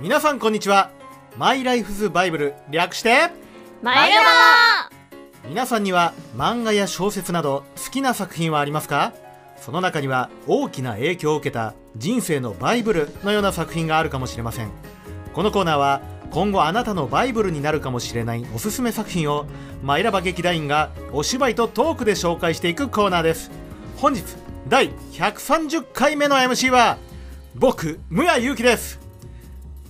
皆さんこんにちはマイライフズバイブル略してマイラ皆さんには漫画や小説など好きな作品はありますかその中には大きな影響を受けた人生のバイブルのような作品があるかもしれませんこのコーナーは今後あなたのバイブルになるかもしれないおすすめ作品をマイラバ劇団員がお芝居とトークで紹介していくコーナーです本日第130回目の MC は僕無谷祐希です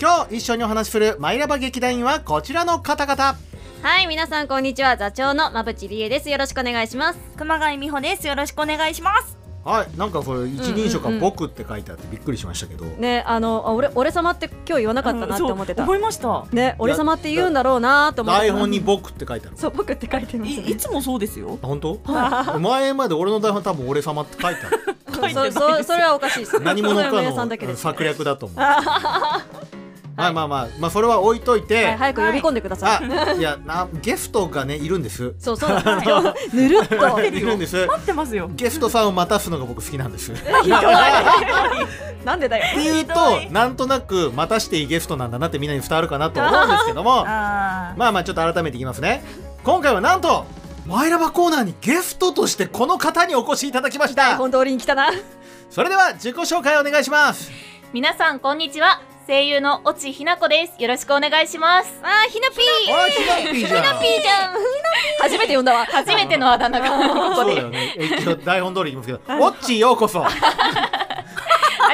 今日一緒にお話しするマイラバ劇団員はこちらの方々はい皆さんこんにちは座長のまぶちりえですよろしくお願いします熊谷美穂ですよろしくお願いしますはい、なんかこれ一人称がうんうんうん僕って書いてあってびっくりしましたけど。ねあのあ俺俺様って今日言わなかったなって思ってた、うんそう思いましたね俺様って言うんだろうなと思って台本に僕って書いてある。そう僕って書いてまいすねいつもそうですよあ本 当？前まで俺の台本多分俺様って書いてある。書いてなそいうですそうそれはおかしいです何者 それはか皆さんだけのです策略だと 思う。まあまあまあまあそれは置いといて、はい、早く呼び込んでください、あいやなゲストがねいるんです。そうそうなんですよぬるっと いるんです。待ってますよゲストさんを待たすのが僕好きなん です。ってなんでだよいうひどといなんとなく待たしていいゲストなんだなってみんなに伝わるかなと思うんですけど も。あまあまあちょっと改めていきますね今回はなんとマイラバコーナーにゲストとしてこの方にお越しいただきました本通りに来たなそれでは自己紹介お願いします皆さんこんにちは声優の落ちひなこですよろしくお願いしますあーひなぴあーひなぴーじゃんいいじゃん初めて呼んだわ初めてのあだ名 がそうだよねえ一応台本通りいきますけど「オッチーようこそ」あ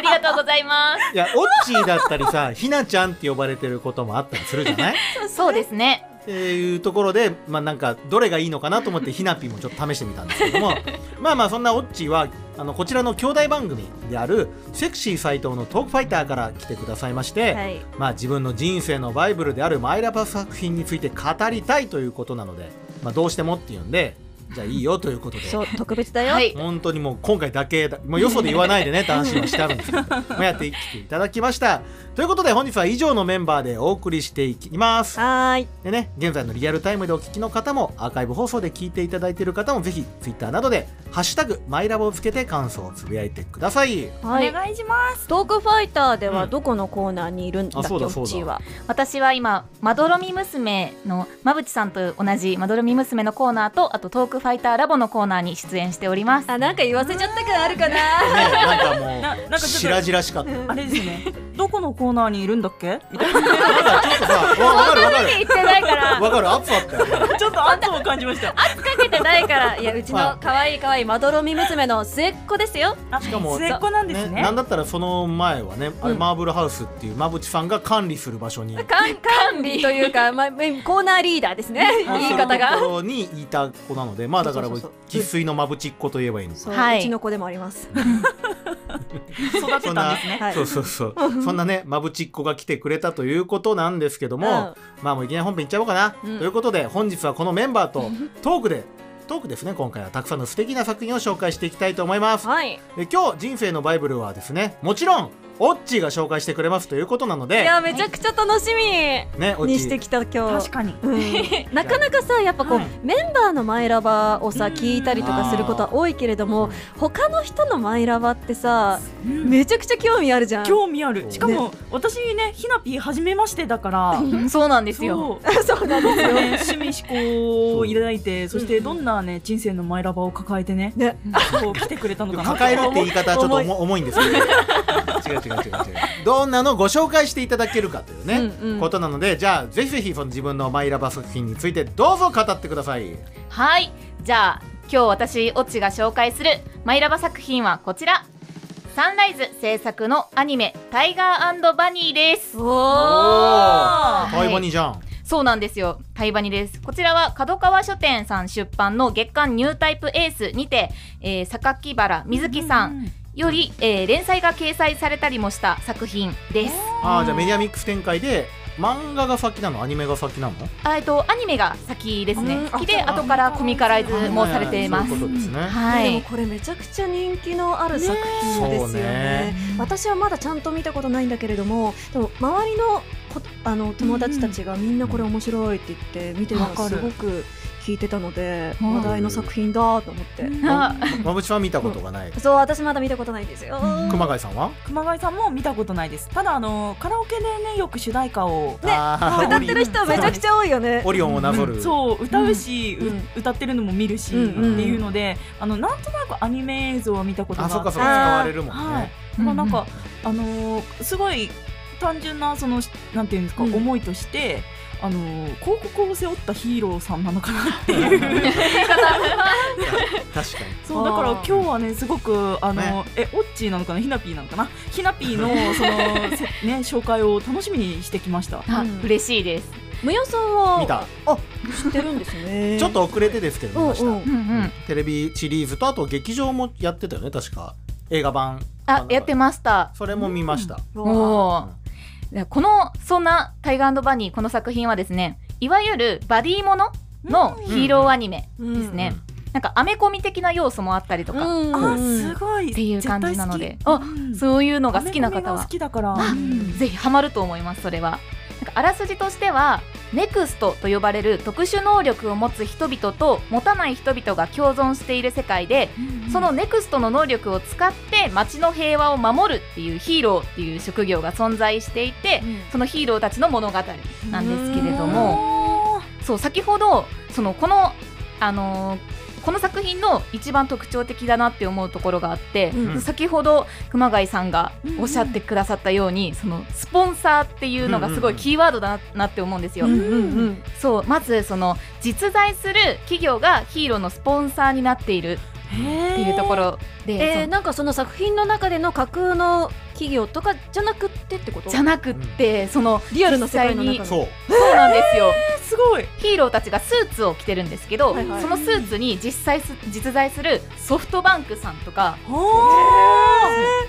りがとうございまいやオッチーだったりさひなちゃんって呼ばれてることもあったりするじゃないすそうですねっていうところでまあなんかどれがいいのかなと思ってひなぴーもちょっと試してみたんですけどもまあまあそんなオッチーはあのこちらの兄弟番組である「セクシー斎藤のトークファイター」から来てくださいまして、はいまあ、自分の人生のバイブルであるマイラバ作品について語りたいということなので、まあ、どうしてもっていうんでじゃあいいよということでそう特別だよ、はい本当にもう今回だけだもうよそで言わないでねって話はしてあるんですけどまあやってきていただきましたということで本日は以上のメンバーでお送りしていきますはーいでね現在のリアルタイムでお聞きの方もアーカイブ放送で聞いていただいている方もぜひ Twitter などで「ハッシュタグマイラバ」をつけて感想をつぶやいてくださいはいお願いしますトークファイターではうんどこのコーナーにいるんだっあけ、そうだオッチーは私は今まどろみ娘のまぶちさんと同じまどろみ娘のコーナーとあとトークファイターラボのコーナーに出演しておりますあなんか言わせちゃった感あるかなね なんかななもうんかちょっと白々しかったあれです ねどこのコーナーにいるんだっけ みたいなんかちょっとさわわか るわかる言ってないからわかる圧あったよねなちょっと圧を感じましたかけてないからいやうちまあの可愛い可愛いまどろみ娘の末っ子ですよあしかも末っ子なんですねねなんだったらその前はねあれうんマーブルハウスっていう馬淵さんが管理する場所に管管理というか、まあ、コーナーリーダーですねそう言い方いうとがころにいた子なのでまあだからそうそうそう生粋の馬淵っ子といえばいいのそう、はいうちの子でもあります育てそんたんなですねはいそうそうそうそんなねまぶちっ子が来てくれたということなんですけども、まあもういきなり本編いっちゃおうかな、うんということで本日はこのメンバーとトークでトークですね今回はたくさんの素敵な作品を紹介していきたいと思いますはいいで今日人生のバイブルはですねもちろんオッチーが紹介してくれますということなのでやめちゃくちゃ楽しみねオッにチしーてきた今日確かに うんなかなかさやっぱこう、はいメンバーのマイラバーをさ聞いたりとかすることは多いけれども他の人のマイラバーってさうんめちゃくちゃ興味あるじゃん。興味あるしかも私ねひなぴー初めましてだからそうなんですよそうそうなんですよ。ね趣味思考をいただいてそしてどんなね人生のマイラバを抱えてねね、そう来てくれたのかな抱えるって言い方はちょっと重い重重いんですけど違う違う違う違うどんなのをご紹介していただけるかというね、うんうんことなのでじゃあぜひぜひその自分のマイラバ作品についてどうぞ語ってくださいはいじゃあ今日私オチが紹介するマイラバ作品はこちらサンライズ制作のアニメタイガーバニーですおおお。はいタイバニじゃん、そうなんですよ。タイバニです。こちらは角川書店さん出版の月刊ニュータイプエースにて、えー、榊原瑞希さんより、えー連載が掲載されたりもした作品です。あーじゃあメディアミックス展開で漫画が先なのアニメが先なのあえっとアニメが先ですねうん。先で後からコミカライズもされていまそすういう。ことですね、はでもい。これめちゃくちゃ人気のある作品ですよねね私はまだちゃんと見たことないんだけれどもでも周りのこあの友達たちがみんなこれ面白いって言って見てるのがすごく聞いてたので、うん話題の作品だと思って、あまぶちは見たことがないそう私まだ見たことないんですよ、うん熊谷さんは熊谷さんも見たことないですただあのカラオケでねよく主題歌をねあー歌ってる人めちゃくちゃ多いよねオリオンをなぞるそう歌うし、ううん歌ってるのも見るし、うんっていうのであのなんとなくアニメ映像を見たことがああってそっかそっか使われるもんはねい、まあなんか、あのーすごい単純なそのなんていうんですか、うん思いとして。あのー広告を背負ったヒーローさんなのかなってい確うかに そうだからあー今日はねすごくあのーねえオッチーなのかなひなぴーなのかなひなぴーの そのせね紹介を楽しみにしてきましたあうん嬉しいです。むよさんは見たあ知ってるんです ねちょっと遅れてですけど見ましうんうたんうんうん。テレビシリーズとあと劇場もやってたよね確か映画版あやってました。それも見ましたうわおーでこのそんなタイガーバニーこの作品はですねいわゆるバディもののうんヒーローアニメうんですね、なんかアメコミ的な要素もあったりとうか、んあうんすごいっていう感じなので絶対好きうんそういうのが好きなアメコ方ミがは好きだからあうんぜひハマると思いますそれはなんかあらすじとしてはネクストと呼ばれる特殊能力を持つ人々と持たない人々が共存している世界でそのネクストの能力を使って街の平和を守るっていうヒーローっていう職業が存在していてそのヒーローたちの物語なんですけれども。そう先ほどそのこの、あのーこの作品の一番特徴的だなって思うところがあって、うん先ほど熊谷さんがおっしゃってくださったように、そのスポンサーっていうのがすごいキーワードだなって思うんですよ。うんうんうんそうまずその実在する企業がヒーローのスポンサーになっているへーっていうところで、えー、そのなんかその作品の中での架空の企業とかじゃなくってってことじゃなくって、そのリアルな世界の実中際にのそうそうなんですよ。すごいヒーローたちがスーツを着てるんですけど、はいはいそのスーツに実際す実在するソフトバンクさんとか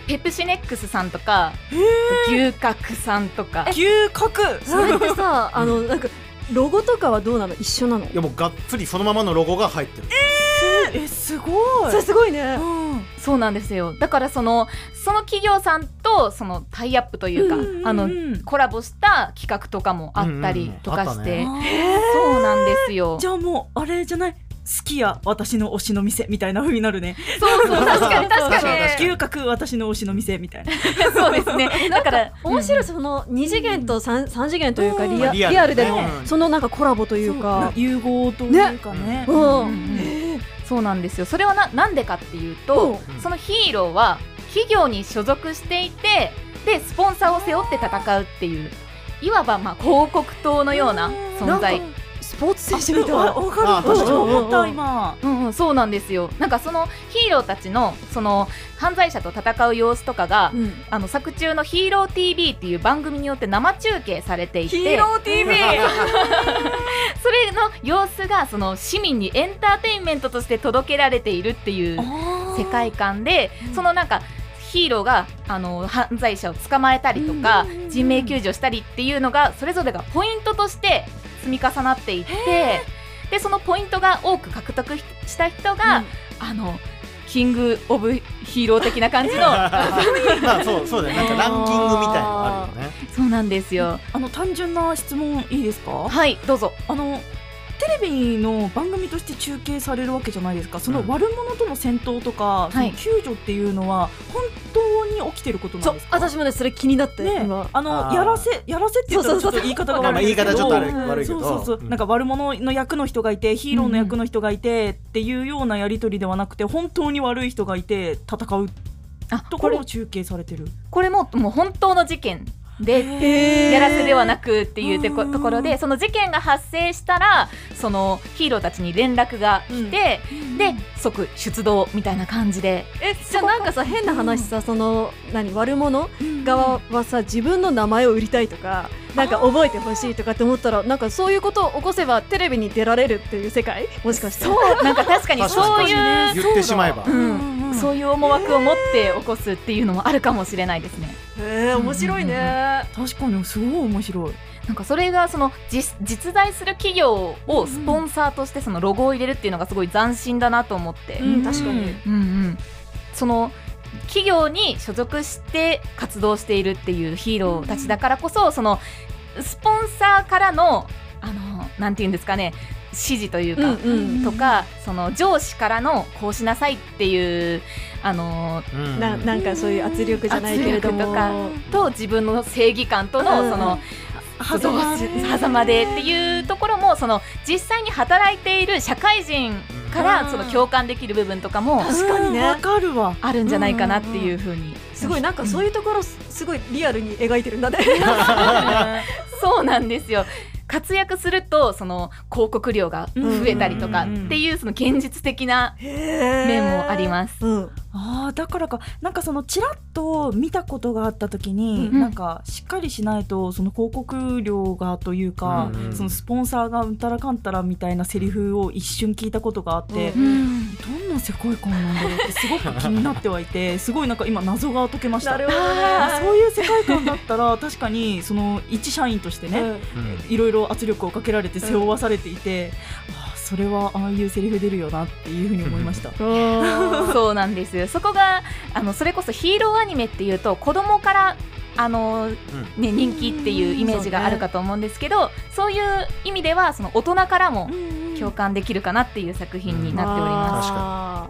ペプシネックスさんとか牛角さんとか牛角それってさあのなんかロゴとかはどうなの一緒なのいやもうがっつりそのままのロゴが入ってるえすごいそれすごいねうんそうなんですよだからそのその企業さんとそのタイアップというか、うんうんうんあのコラボした企画とかもあったりとかして、うんあそうなんですよ ーじゃあもうあれじゃない好きや私の推しの店みたいな風になるねそうそう確かに確かに確か確かにに牛角私の推しの店みたいなそうですねだから面白いうんその二次元と三三次元というかうんリアリアルリアルでねのそのなんかコラボというか融合というかねねううんんうんうんへーそうなんですよそれはななんでかっていうと、とうんそのヒーローは企業に所属していてでスポンサーを背負って戦うっていういわばまあ広告塔のような存在なんスポーツ選手みたいわわかるあ確か私にも思った今うんうん、そうなんですよなんかそのヒーローたちのその犯罪者と戦う様子とかが、うんあの作中の「ヒーロー TV」っていう番組によって生中継されていてー TV それの様子がその市民にエンターテインメントとして届けられているっていう世界観で、そのなんかヒーローがあの犯罪者を捕まえたりとか、うんうんうんうん人命救助したりっていうのがそれぞれがポイントとして積み重なっていってでそのポイントが多く獲得しした人が、あのキング・オブ・ヒーロー的な感じの まあそうそうだよなんかランキングみたいのあるよねそうなんですよあの単純な質問いいですかはいどうぞあのテレビの番組として中継されるわけじゃないですかそのうん悪者との戦闘とか、そのはい救助っていうのは本当に起きてることなそんうですか私もねそれ気になってね今、あのあーやらせやらせって言ったらちそょうっそうそうと言い方がまあまあ悪い言いけど方ちょっとあれうん悪いけそどうそうそう、うんなんか悪者の役の人がいてヒーローの役の人がいてっていうようなやり取りではなくて本当に悪い人がいて戦うあとここれろを中継されてるこれももう本当の事件でへーやらせではなくっていうてこうんところでその事件が発生したらそのヒーローたちに連絡が来て、で即出動みたいな感じでえじゃあなんかさ変な話さその何悪者側はさ自分の名前を売りたいとかなんか覚えてほしいとかって思ったらなんかそういうことを起こせばテレビに出られるっていう世界もしかしてそうなんか確かに確かにそういう、言ってしまえばううんんうんうんそういう思惑を持って起こすっていうのもあるかもしれないですね。へえ面白いね確かにすごい面白いなんかそれがその実実在する企業をスポンサーとしてそのロゴを入れるっていうのがすごい斬新だなと思って、ううんん確かにうんその企業に所属して活動しているっていうヒーローたちだからこそそのスポンサーからのあのなんていうんですかね指示といううか、んうんとかその上司からのこうしなさいっていうあのうんななんかそういう圧力じゃないけれども圧力とかと自分の正義感とうんのそのはどうし狭間でってういうところもその実際に働いている社会人かうんらその共感できる部分とかも確かにねんわかるわあるんじゃないかなっていうふうにすごいなんかそういういうところすすごいリアルに描いてるんだ ね。そうなんですよ活躍するとその広告料が増えたりとかっていうその現実的な面面もありす。ます。うん、あーだからかなんかそのちらっと見たことがあった時に、うんなんかしっかりしないとその広告料がというか、うんそのスポンサーがうんたらかんたらみたいなセリフを一瞬聞いたことがあって、どんな世界観なんだろうってすごく気になってはいてすごいなんか今謎が解けましたなるほどね。あそういう世界観だったら確かにその一社員としてね、いろいろ圧力をかけられて背負わされていて、あーそれはああいうセリフ出るよなっていうふうに思いました。そうなんですよそこがあのそれこそヒーローアニメっていうと子供からあの、ね、人気っていうイメージがあるかと思うんですけどそう,、いう意味ではその大人からも共感できるかなっていう作品になっております。あ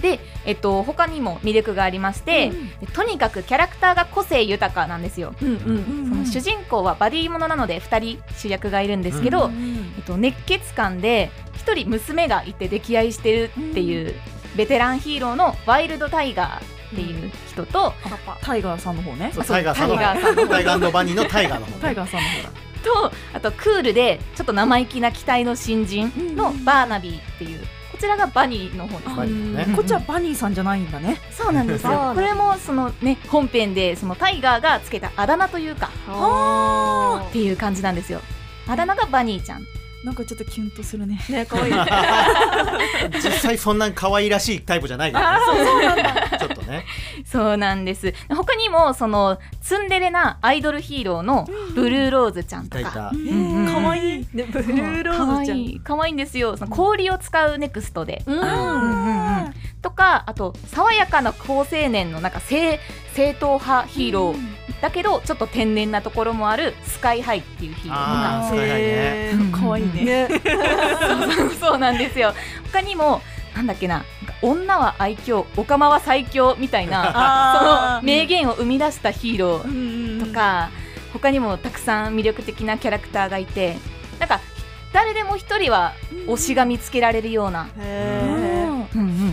で、えっと、他にも魅力がありまして、とにかくキャラクターが個性豊かなんですよ。ーうんうんその主人公はバディものなので2人主役がいるんですけど、えっと、熱血感で1人娘がいて溺愛してるっていうベテランヒーローのワイルドタイガーっていう人と、パパ。タイガーさんの方ねそうタイガーさんのタイガーさんのタイガーバニーのタイガーのタ方イねガーさんの方だとあとクールでちょっと生意気な期待の新人のバーナビーっていうこちらがバニーの方ですバね。ニーのねこっちはバニーさんじゃないんだねそうなんですそうなよんこだれもそのね本編でそのタイガーがつけたあだ名というかあっていう感じなんですよ。あだ名がバニーちゃん。なんかちょっとキュンとするねあ。ね、可愛い。実際そんな可愛らしいタイプじゃないからねちょっとねそうなんです。他にもそのツンデレなアイドルヒーローのブルーローズちゃんいとたいか。たんうん可愛いね、ブルーロかーわズいちゃん。いかわいいんですよその氷を使うネクストで、うんうんうんうんとかあと爽やかな好青年のなんか正正統派ヒーロー、だけどちょっと天然なところもあるスカイハイっていうヒーローあースカイハイねへー可愛いねね、そう そうなんですよ他にもなんだっけななんか女は愛嬌おかまは最強みたいなその名言を生み出したヒーローとか、他にもたくさん魅力的なキャラクターがいてなんか誰でも一人は推しが見つけられるような、へー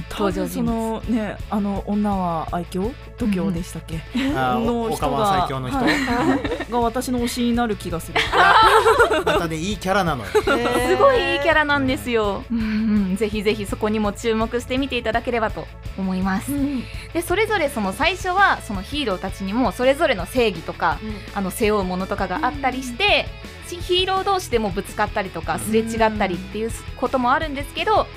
登場そ人物のねあの女は愛嬌度胸でしたっけあーおの人がおかま最強の人はが私の推しになる気がするまたねいいキャラなのよすごいいいキャラなんですよ、うんうん、ぜひぜひそこにも注目してみていただければと思います、でそれぞれその最初はそのヒーローたちにもそれぞれの正義とかあの背負うものとかがあったりして、ヒーロー同士でもぶつかったりとかすれ違ったりっていうこともあるんですけど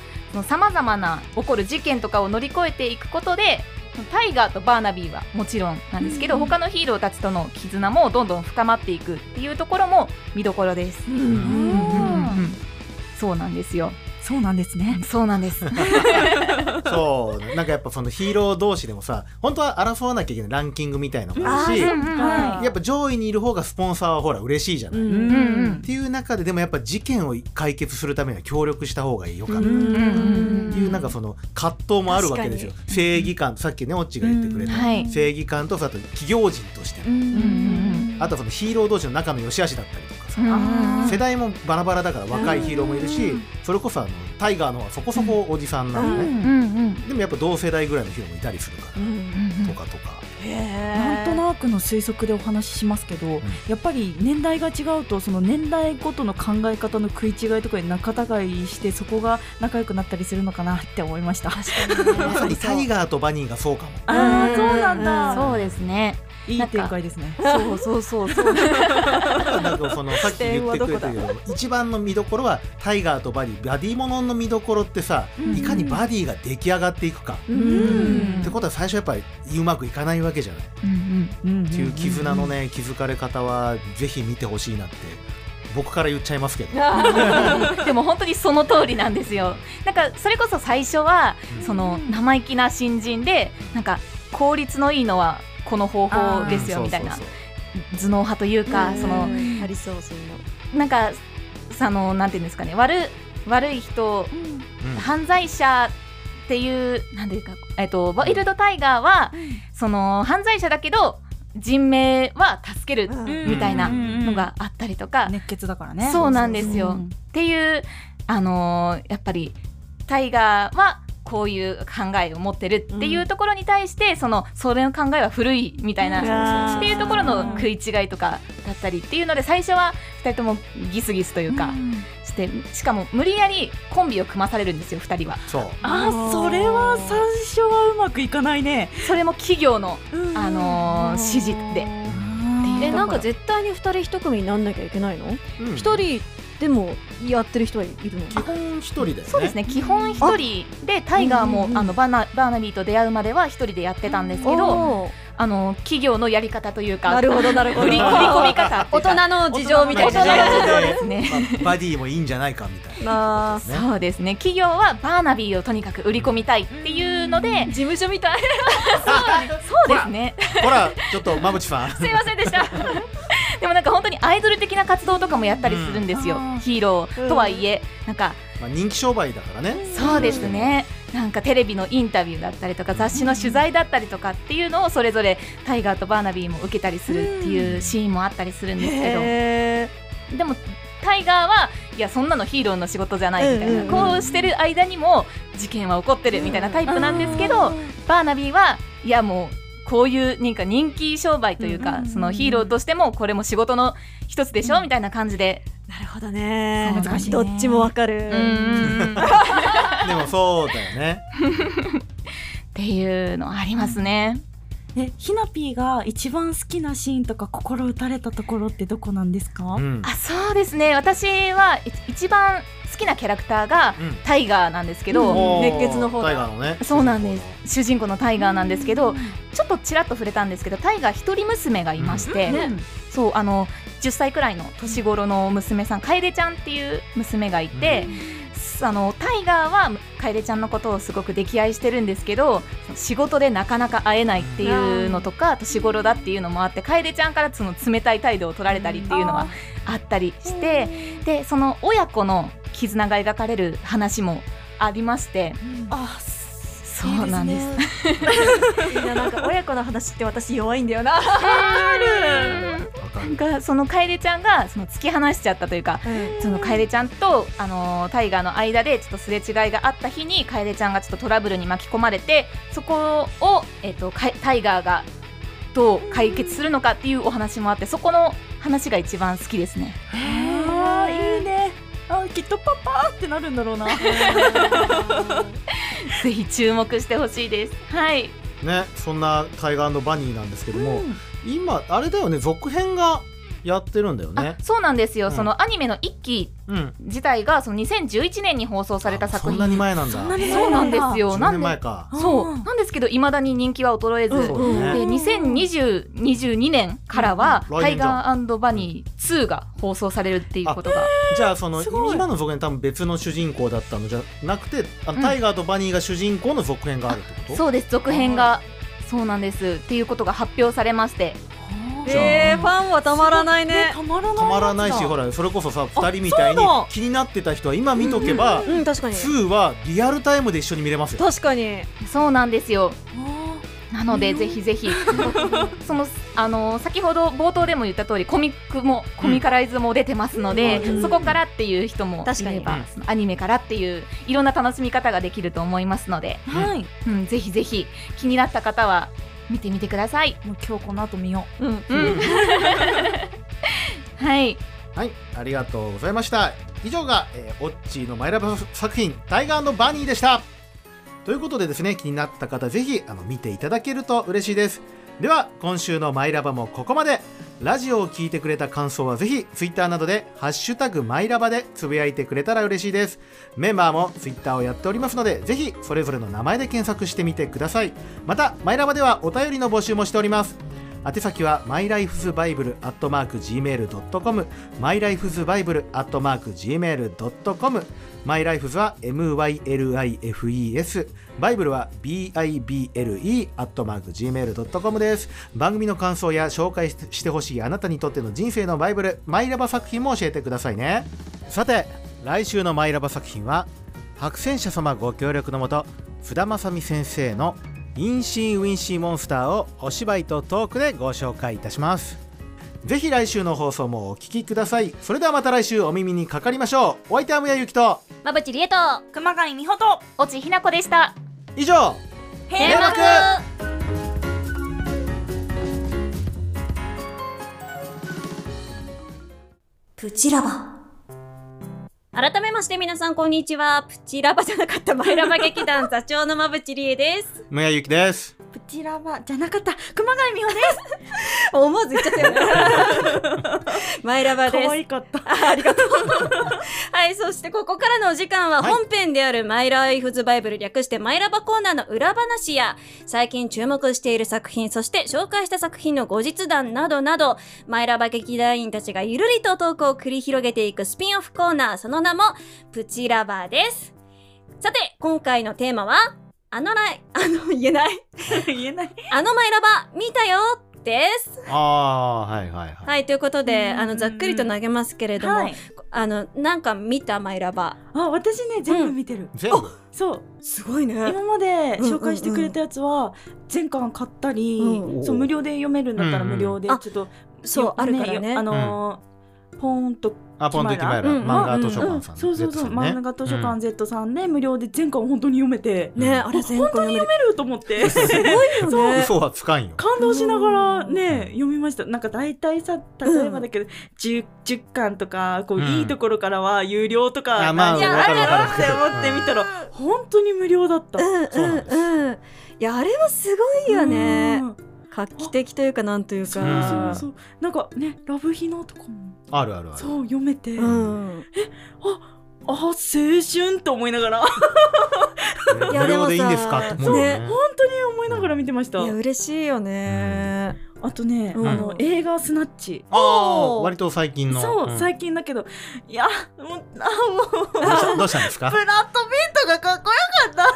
さまざまな起こる事件とかを乗り越えていくことでタイガーとバーナビーはもちろんなんですけど、他のヒーローたちとの絆もどんどん深まっていくっていうところも見どころです。うんんそうなんですよ。そうなんですねそうなんです。そうねなんかやっぱそのヒーロー同士でもさ本当は争わなきゃいけないランキングみたいのがあるしうんうんはやっぱ上位にいる方がスポンサーはほら嬉しいじゃない、ういんうんっていう中ででもやっぱ事件を解決するためには協力した方がいいよかった、うんうんうんっていうなんかその葛藤もあるわけですよ正義感さっきねオッチが言ってくれた、うんはい正義感とさあと企業人としての、うんうんあとはそのヒーロー同士の仲の良し悪しだったりとかさ、うんあ世代もバラバラだから若いヒーローもいるし、うんそれこそあのタイガーの方はそこそこおじさんなのね、うんうんでもやっぱ同世代ぐらいのヒーローもいたりするから、とかと か、なんとくなくの推測でお話ししますけど、やっぱり年代が違うとその年代ごとの考え方の食い違いとかで仲違いしてそこが仲良くなったりするのかなって思いました。まさにタイガーとバニーがそう かもあーそうなんだそうですね。いい展開ですね。そうそうそうそう。なんかそのさっき言ってくれたけど一番の見どころはタイガーとバディバディものの見どころってさいかにバディが出来上がっていくか、うんってことは最初やっぱりうまくいかないわけじゃない、うんっていう絆のね気づかれ方はぜひ見てほしいなって僕から言っちゃいますけど、 でも本当にその通りなんですよ。なんかそれこそ最初はうんその生意気な新人でなんか効率のいいのはこの方法ですようんみたいなそうそう頭脳派というかそのありそうそういうの。なんかそのなんていうんですかね悪悪い人犯罪者っていうなんていうか、えっと、ワイルドタイガーはその犯罪者だけど人命は助けるうんみたいなのがあったりとか、っ熱血だからねそうなんですよんていう、あのーやっぱりタイガーはこういう考えを持ってるっていうところに対して、そのそれの考えは古いみたいな、なっていうところの食い違いとかだったりっていうので最初は2人ともギスギスというか、うんしてしかも無理やりコンビを組まされるんですよ2人は。そうあーそれは最初はうまくいかないねそれも企業の、あのー指示で。えだからなんか絶対に2人一組になんなきゃいけないの、うん一人でもやってる人はいるの基本一人だよねそうですね基本1人でタイガーもうんうんうんあのバナバーナビーと出会うまでは1人でやってたんですけどおーあの企業のやり方というかなるほどなるほど売り売り込み方ってい大うか人の事情みたいな大人のね事情ですねまあバディもいいんじゃないかみたいな なあねそうですね企業はバーナビーをとにかく売り込みたいっていうので事務所みたい そうですねほらちょっと馬淵さん すいませんでした でもなんか本当にアイドル的な活動とかもやったりするんですよ、うんあーヒーローとはいえ、なんかまあ人気商売だからねそうですね、なんかテレビのインタビューだったりとか雑誌の取材だったりとかっていうのをそれぞれタイガーとバーナビーも受けたりするっていうシーンもあったりするんですけへどでもタイガーはいやそんなのヒーローの仕事じゃないみたいな、うんうんうんこうしてる間にも事件は起こってるみたいなタイプなんですけど、あーバーナビーはいやもうこういうなんか人気商売というか、うんそのヒーローとしてもこれも仕事の一つでしょ、みたいな感じで、なるほどねそう難しいねどっちもわかるうんうんうんっでもそうだよねていうのありますね。えひなぴーが一番好きなシーンとか心打たれたところってどこなんですか、うんあそうですね私はい一番好きなキャラクターがうんタイガーなんですけど、おー熱血の方だタイガーのねそうなんです主人公のタイガーなんですけど、ちょっとちらっと触れたんですけどタイガー一人娘がいまして、ねそうあの10歳くらいの年頃の娘さん楓ちゃんっていう娘がいて、あのタイガーは楓ちゃんのことをすごく溺愛してるんですけど仕事でなかなか会えないっていうのとか年頃だっていうのもあって楓ちゃんからその冷たい態度を取られたりっていうのはあったりして、でその親子の絆が描かれる話もありましてあそうなんですいいすねいやなんか親子の話って私弱いんだよなわかなるんかその楓ちゃんがその突き放しちゃったというか その楓ちゃんと、あのータイガーの間でちょっとすれ違いがあった日に楓ちゃんがちょっとトラブルに巻き込まれてそこを、えっとかいタイガーがどう解決するのかっていうお話もあってそこの話が一番好きですね。 あーいいねあきっとパパってなるんだ ろうなぜひ注目してほしいです。はい、ねそんなタイガーバニーなんですけども、うん今あれだよね続編がやってるんだよねあそうなんですよ、うんそのアニメの一期うん自体がその2011年に放送された作あそんなに品前なんだそんなにそうなんですよ10な年ん前でかそうなんですけどいまだに人気は衰えず、うんそうだでねん202022年からは、うんうんタイガーバニー2が放送されるっていうことが、じゃあそのすごい今の続編多分別の主人公だったのじゃなくてあのうんタイガーとバニーが主人公の続編があるってこと、そうです続編がそうなんですっていうことが発表されましてじゃあえーファンはたまらないねたまらないたまらないしほららそれこそさ2人みたいにそうなの気になってた人は今見とけば、うん確かに2はリアルタイムで一緒に見れますよ確かにそうなんですよなのでぜひぜひ そのあの先ほど冒頭でも言った通りコミックもコミカライズも出てますので、うんそこからっていう人も確いかにれうんばそのアニメからっていういろんな楽しみ方ができると思いますので、はいうん、ぜひぜひ気になった方は見てみてください。もう今日この後見ようんうんはいはいありがとうございました以上が、えーオッチーのマイラブ作品「タイガーバニー」でしたということでですね気になった方ぜひあの見ていただけると嬉しいですでは今週の「マイラバ」もここまでラジオを聞いてくれた感想はぜひ Twitter などで「ハッシュタグマイラバ」でつぶやいてくれたら嬉しいですメンバーも Twitter をやっておりますのでぜひそれぞれの名前で検索してみてくださいまたマイラバではお便りの募集もしております宛先は mylifesbible.gmail.com mylifesbible.gmail.com mylifes は mylifes バイブルは bible.gmail.com です番組の感想や紹介してほしいあなたにとっての人生のバイブルマイラバ作品も教えてくださいねさて来週のマイラバ作品は白戦者様ご協力のもと津田正美先生の「インシーウィンシーモンスター」をお芝居とトークでご紹介いたしますぜひ来週の放送もお聞きくださいそれではまた来週お耳にかかりましょうお相手はむやゆきとまぶちりえと熊谷美穂と落ちひなこでした以上閉幕プチラバ。改めまして皆さんこんにちは。プチラバじゃなか ったマイラバ劇団座長のまぶちりえです。むやゆきですプチラバじゃなかった熊谷美穂で思わず言っちゃったよね。マイラバです。かったあありがとう。はい、そしてここからのお時間ははい本編であるマイライフズバイブル略してマイラバコーナーの裏話や、最近注目している作品、そして紹介した作品の後日談などなど、マイラバ劇団員たちがゆるりとトークを繰り広げていくスピンオフコーナー、その名も、プチラバーです。さて、今回のテーマは、あのライ、あの、言えない、 言えないあのマイラバ見たよです。ああーはいはいはい、はい、ということで、うんあの、ざっくりと投げますけれども、はいあの、なんか見たマイラバ。あ私ね全部見てる、全部そうすごいね。今まで紹介してくれたやつは全巻買ったり、うんそう無料で読めめるんだったら無料でうんちょっと、そう、あるからね。あのーポーンとあポンドキマイラ、うん漫画図書う館んさん、そうそうそう、漫画図書館で Z さんで無料で全巻本当に読めて、ね、あれ全国読める。読めると思ってすごいよね。嘘はつかんよ感動しながらね読みましたなんか大体さ例えばだけど、10, 10巻とかこう、うんいいところからは有料とかあまあいやわかるわかるあるなって思って見たら本当に無料だった。うんそうなんですうんうん。いや、あれはすごいよねう。ん画期的というか、なんというそうか。そうそうなんかねラブヒノとかもあるあるあるそう読めて、うあん。青春と思いな がら本いや無料でいいんですかって思うよねでも当に思いながら見てましたいや、嬉しいよね。あとね、うんあの映画スナッチああおー割と最近のそう、ん最近だけどいやもうあもう プどうラしたどうしたんですかットビートがかっこよか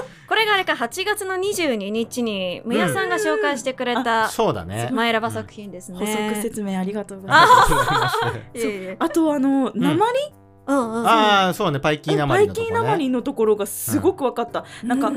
っこれがあれか、8月の22日に、むやさんが紹介してくれた、そうだねマイラバ作品ですたね。補足説明ありがとうございあます いえいえあとあのん鉛、うんうん。あーそうねパイキーなまバりイのとこキーね鉛のところがすごく分かった、なんか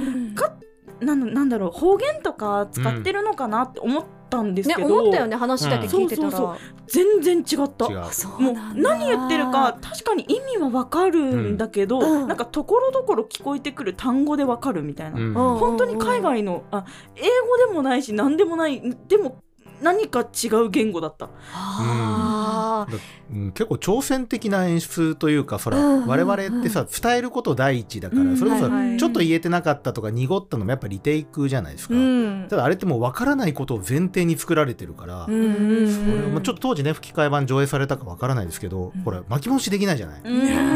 か、なんなんだろう方言とか使ってるのかなって思ったんですね、けど、思ったよね、話だけ聞いてたうんそうらそ。全然違った違うそうもうなんだ何言ってるか確かに意味はわかるんだけど、うんうんなんかところどころ聞こえてくる単語でわかるみたいな、うんうん本当に海外のあ英語でもないし何でもないでも何か違う言語だったあうん結構挑戦的な演出というかそらうんうんうん我々ってさ伝えること第一だかうらんそれこそはいはいちょっと言えてなかったとか濁ったのもやっぱリテイクじゃないですーかうんただあれってもう分からないことを前提に作られてるからうんうんそれまあちょっと当時ね吹き替え版上映されたか分からないですけどほら巻き戻しできないじゃない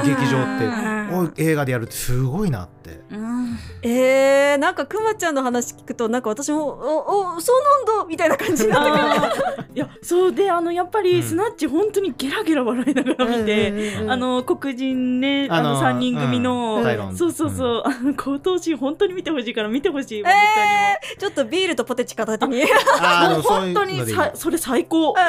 劇場っておい映画でやるってすごいなってうんえー、なんかくまちゃんの話聞くとなんか私もおおそうなんだみたいな感じになってあーいやそうであのやっぱうりんスナッチ本当にゲラゲラ笑いながくら見て、うんうんうんあの黒人ねあのー3人組の、うんタイロンそうそうそう、あの高等シーン本当に見てほしいから見てほしい、えー、ちょっとビールとポテチ片手にあーもう本当にでもそういうのでいいさそれ最高、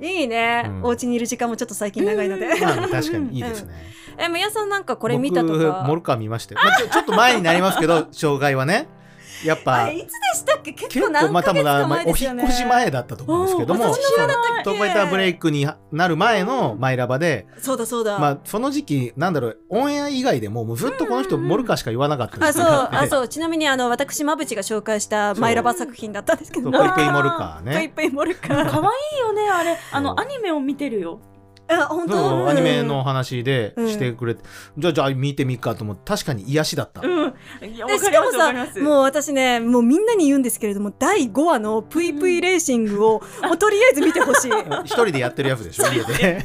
いいね、うんお家にいる時間もちょっと最近長いので、まあ確かにいいですね。えむやさんなんかここれ見たとモかルカー見ましたよ。まあ、ちょ ちょっと前になりますけど、障害はね。やっあぱれ、いつでしたっけ結結構構、何まあ、ヶ多分月な、かまあ前おですよ引ね、っ越し前だったと思うんですけどおも、私のそ親のだっトークバイターブレイクになる前のマイラバで、そうだそうだ、まあ、その時期、なんだろう、オンエア以外でも、もうずっとこの人、モルカーしか言わなかったあ時 そう期がっあてそうちなみにあの私まぶちが紹介したマイラバ作品だったんですけそどうペイペイモルカーペイね。ペイモルカー可愛いよねあれあそうのアニメを見てるよあ本 そ当うアニメのお話でしてくれて、じゃあ、じゃあ見てみっかと思って、確かに癒しだった。うんいやでわしかりかまもすわかりますさもう私ねもうみんなに言うんですけれども第5話の「ぷいぷいレーシングを」もうとりあえず見てほしい そう一人でやってるやつで しょ、家で。家で一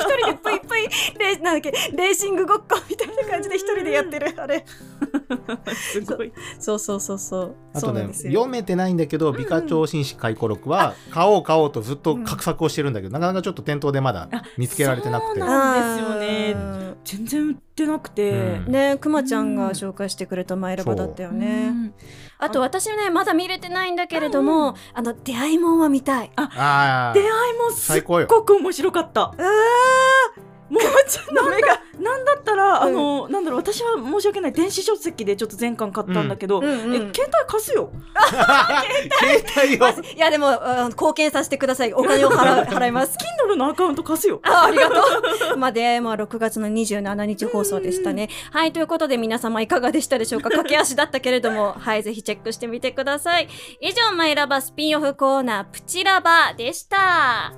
人でぷいぷいレーなんだっけレーシングごっこみたいな感じで一人でやってるあれすごいそうそうそうそうあそとうなんねですよ読めてないんだけど美化超紳士回顧録は買おう買おうとずっと画策をしてるんだけど、なかなかちょっと店頭でまだ見つけられてなくてあそうあなんですよね全然売ってなくて、うんねくまちゃんが紹介してくれたマイラバだったようねんあと私ねまだ見れてないんだけれども、あの出会いもんは見たいあ出会いもすっ最高よごく面白かったうわーもうなんだなんだったら、あのなんだろう私は申し訳ない電子書籍でちょっと全巻買ったんだけど、うんうんえ携帯貸すよ 携帯をいやでもあ貢献させてくださいお金を払う払います Kindle のアカウント貸すよあありがとうまあで、まあ、6月の27日放送でしたね、はいということで皆様いかがでしたでしょうか駆け足だったけれどもはいぜひチェックしてみてください以上マイラバスピンオフコーナープチラバでした